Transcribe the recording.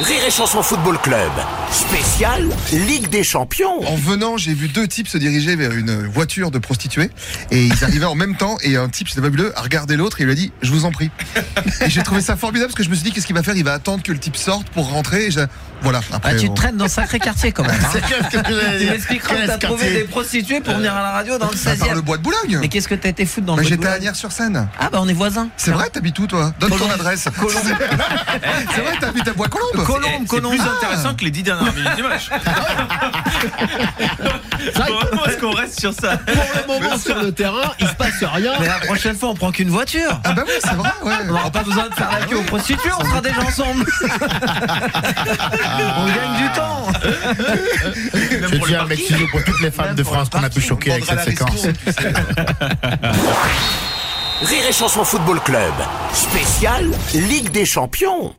Rire et Chanson Football Club, spécial Ligue des Champions. En venant, j'ai vu deux types se diriger vers une voiture de prostituée et ils arrivaient en même temps et un type, c'était fabuleux, a regardé l'autre et il lui a dit Je vous en prie. Et j'ai trouvé ça formidable parce que je me suis dit Qu'est-ce qu'il va faire Il va attendre que le type sorte pour rentrer. Et j'ai- voilà. Après, Ah, tu te on- traînes dans un sacré quartier quand même. hein. tu m'expliqueras Quel que t'as trouvé quartier des prostituées Euh, pour venir à la radio dans le à part 16e. le bois de Boulogne. Mais qu'est-ce que t'as été foutre dans Bah, le J'étais bois à de Boulogne Agnières-sur-Seine. Ah bah on est voisins. C'est vrai, t'habites où toi Donne ton Colombe. adresse. Colombe. C'est vrai, t'habites à Bois-Colombe. Colombe, C'est Colombe. plus intéressant que les 10 dernières minutes du match. Comment est-ce qu'on reste sur ça Pour le moment sur le terrain, il se passe rien. Mais la prochaine fois on prend qu'une voiture. Ah bah oui, c'est vrai, ouais. On n'aura pas besoin de faire la queue aux prostituées, on sera déjà ensemble. on gagne du temps. Même Je pour le tiens à parking. m'excuser pour toutes les femmes de France qu'on a pu choquer avec cette séquence. Rire et Chanson Football Club, spécial Ligue des Champions.